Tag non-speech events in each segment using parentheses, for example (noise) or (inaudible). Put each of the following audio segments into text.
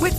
With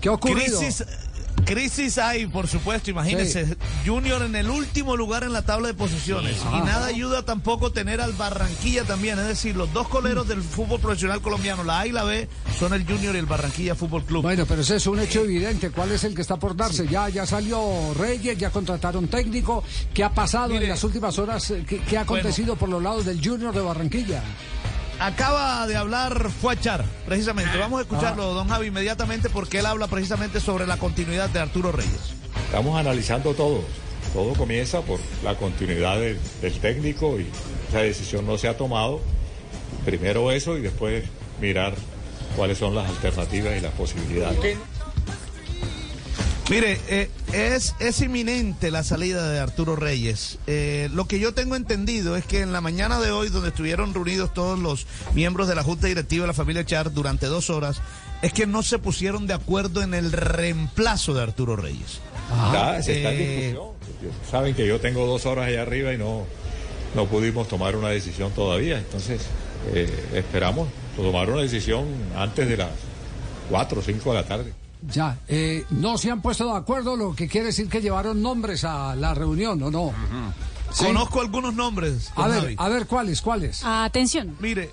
¿Qué ha ocurrido? Crisis, crisis hay, por supuesto, imagínense. Junior en el último lugar en la tabla de posiciones. Y nada ayuda tampoco tener al Barranquilla también. Es decir, los dos coleros del fútbol profesional colombiano, la A y la B, son el Junior y el Barranquilla Fútbol Club. Bueno, pero ese es un hecho evidente. ¿Cuál es el que está por darse? Ya, ya salió Reyes, ya contrataron técnico. ¿Qué ha pasado en Mire. las últimas horas? ¿Qué, qué ha acontecido por los lados del Junior de Barranquilla? Acaba de hablar Fuachar, precisamente. Vamos a Ah. escucharlo, don Javi, inmediatamente, porque él habla precisamente sobre la continuidad de Arturo Reyes. Estamos analizando todo. Todo comienza por la continuidad del, del técnico y esa decisión no se ha tomado. Primero eso y después mirar cuáles son las alternativas y las posibilidades. Mire, eh, es, es inminente la salida de Arturo Reyes. Eh, lo que yo tengo entendido es que en la mañana de hoy, donde estuvieron reunidos todos los miembros de la Junta Directiva de la familia Char durante dos horas, es que no se pusieron de acuerdo en el reemplazo de Arturo Reyes. Está- se está en eh. discusión. Saben que yo tengo dos horas allá arriba y no, no pudimos tomar una decisión todavía. Entonces, eh, esperamos tomar una decisión antes de las 4 o 5 de la tarde. Ya, eh, no se han puesto de acuerdo, lo que quiere decir que llevaron nombres a la reunión, ¿o no? Sí. Conozco algunos nombres. A don ver, Javi. a ver, ¿cuáles, (laughs) cuáles? Atención. Mire,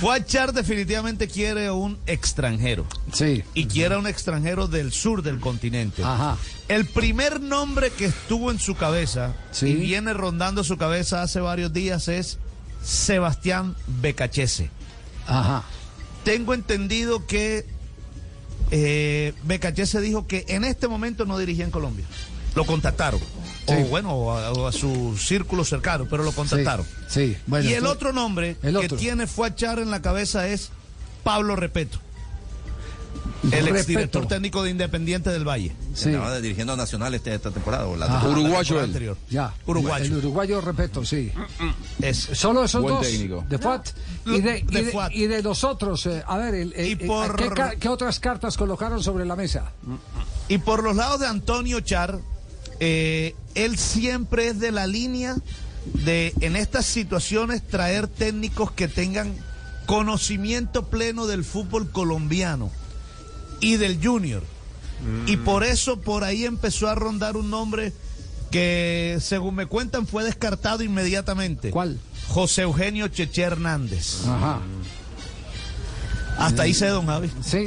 Guachar definitivamente quiere a un extranjero. Sí. Y quiere a un extranjero del sur del continente. Ajá. El primer nombre que estuvo en su cabeza Sí. y viene rondando su cabeza hace varios días es Sebastián Becachese. Ajá. Tengo entendido que eh, Becachese dijo que en este momento no dirigía en Colombia. Lo contactaron. O bueno, o a, o a su círculo cercano, pero lo Sí, contactaron. sí, bueno. y el tú- otro nombre el que otro. tiene Fuachar en la cabeza es Pablo Repeto, el Repeto. exdirector técnico de Independiente del Valle. Sí. Estaba dirigiendo a Nacional este- esta temporada. o la Ajá. temporada Uruguayo Ya. El Uruguayo. Mm. uruguayo, repito, sí. Es. Solo esos Buen dos. técnico. De Fuat. No, Y de, y de de- Fuat. y de los otros. eh, a ver, el- el- Y el- por- ¿qué, ca- qué otras cartas colocaron sobre la mesa? Y por los lados de Antonio Char, eh, él siempre es de la línea de en estas situaciones traer técnicos que tengan conocimiento pleno del fútbol colombiano y del junior. Y por eso por ahí empezó a rondar un nombre que según me cuentan fue descartado inmediatamente. ¿Cuál? José Eugenio Cheche Hernández. Ajá. Hasta ahí se don Javi. Sí.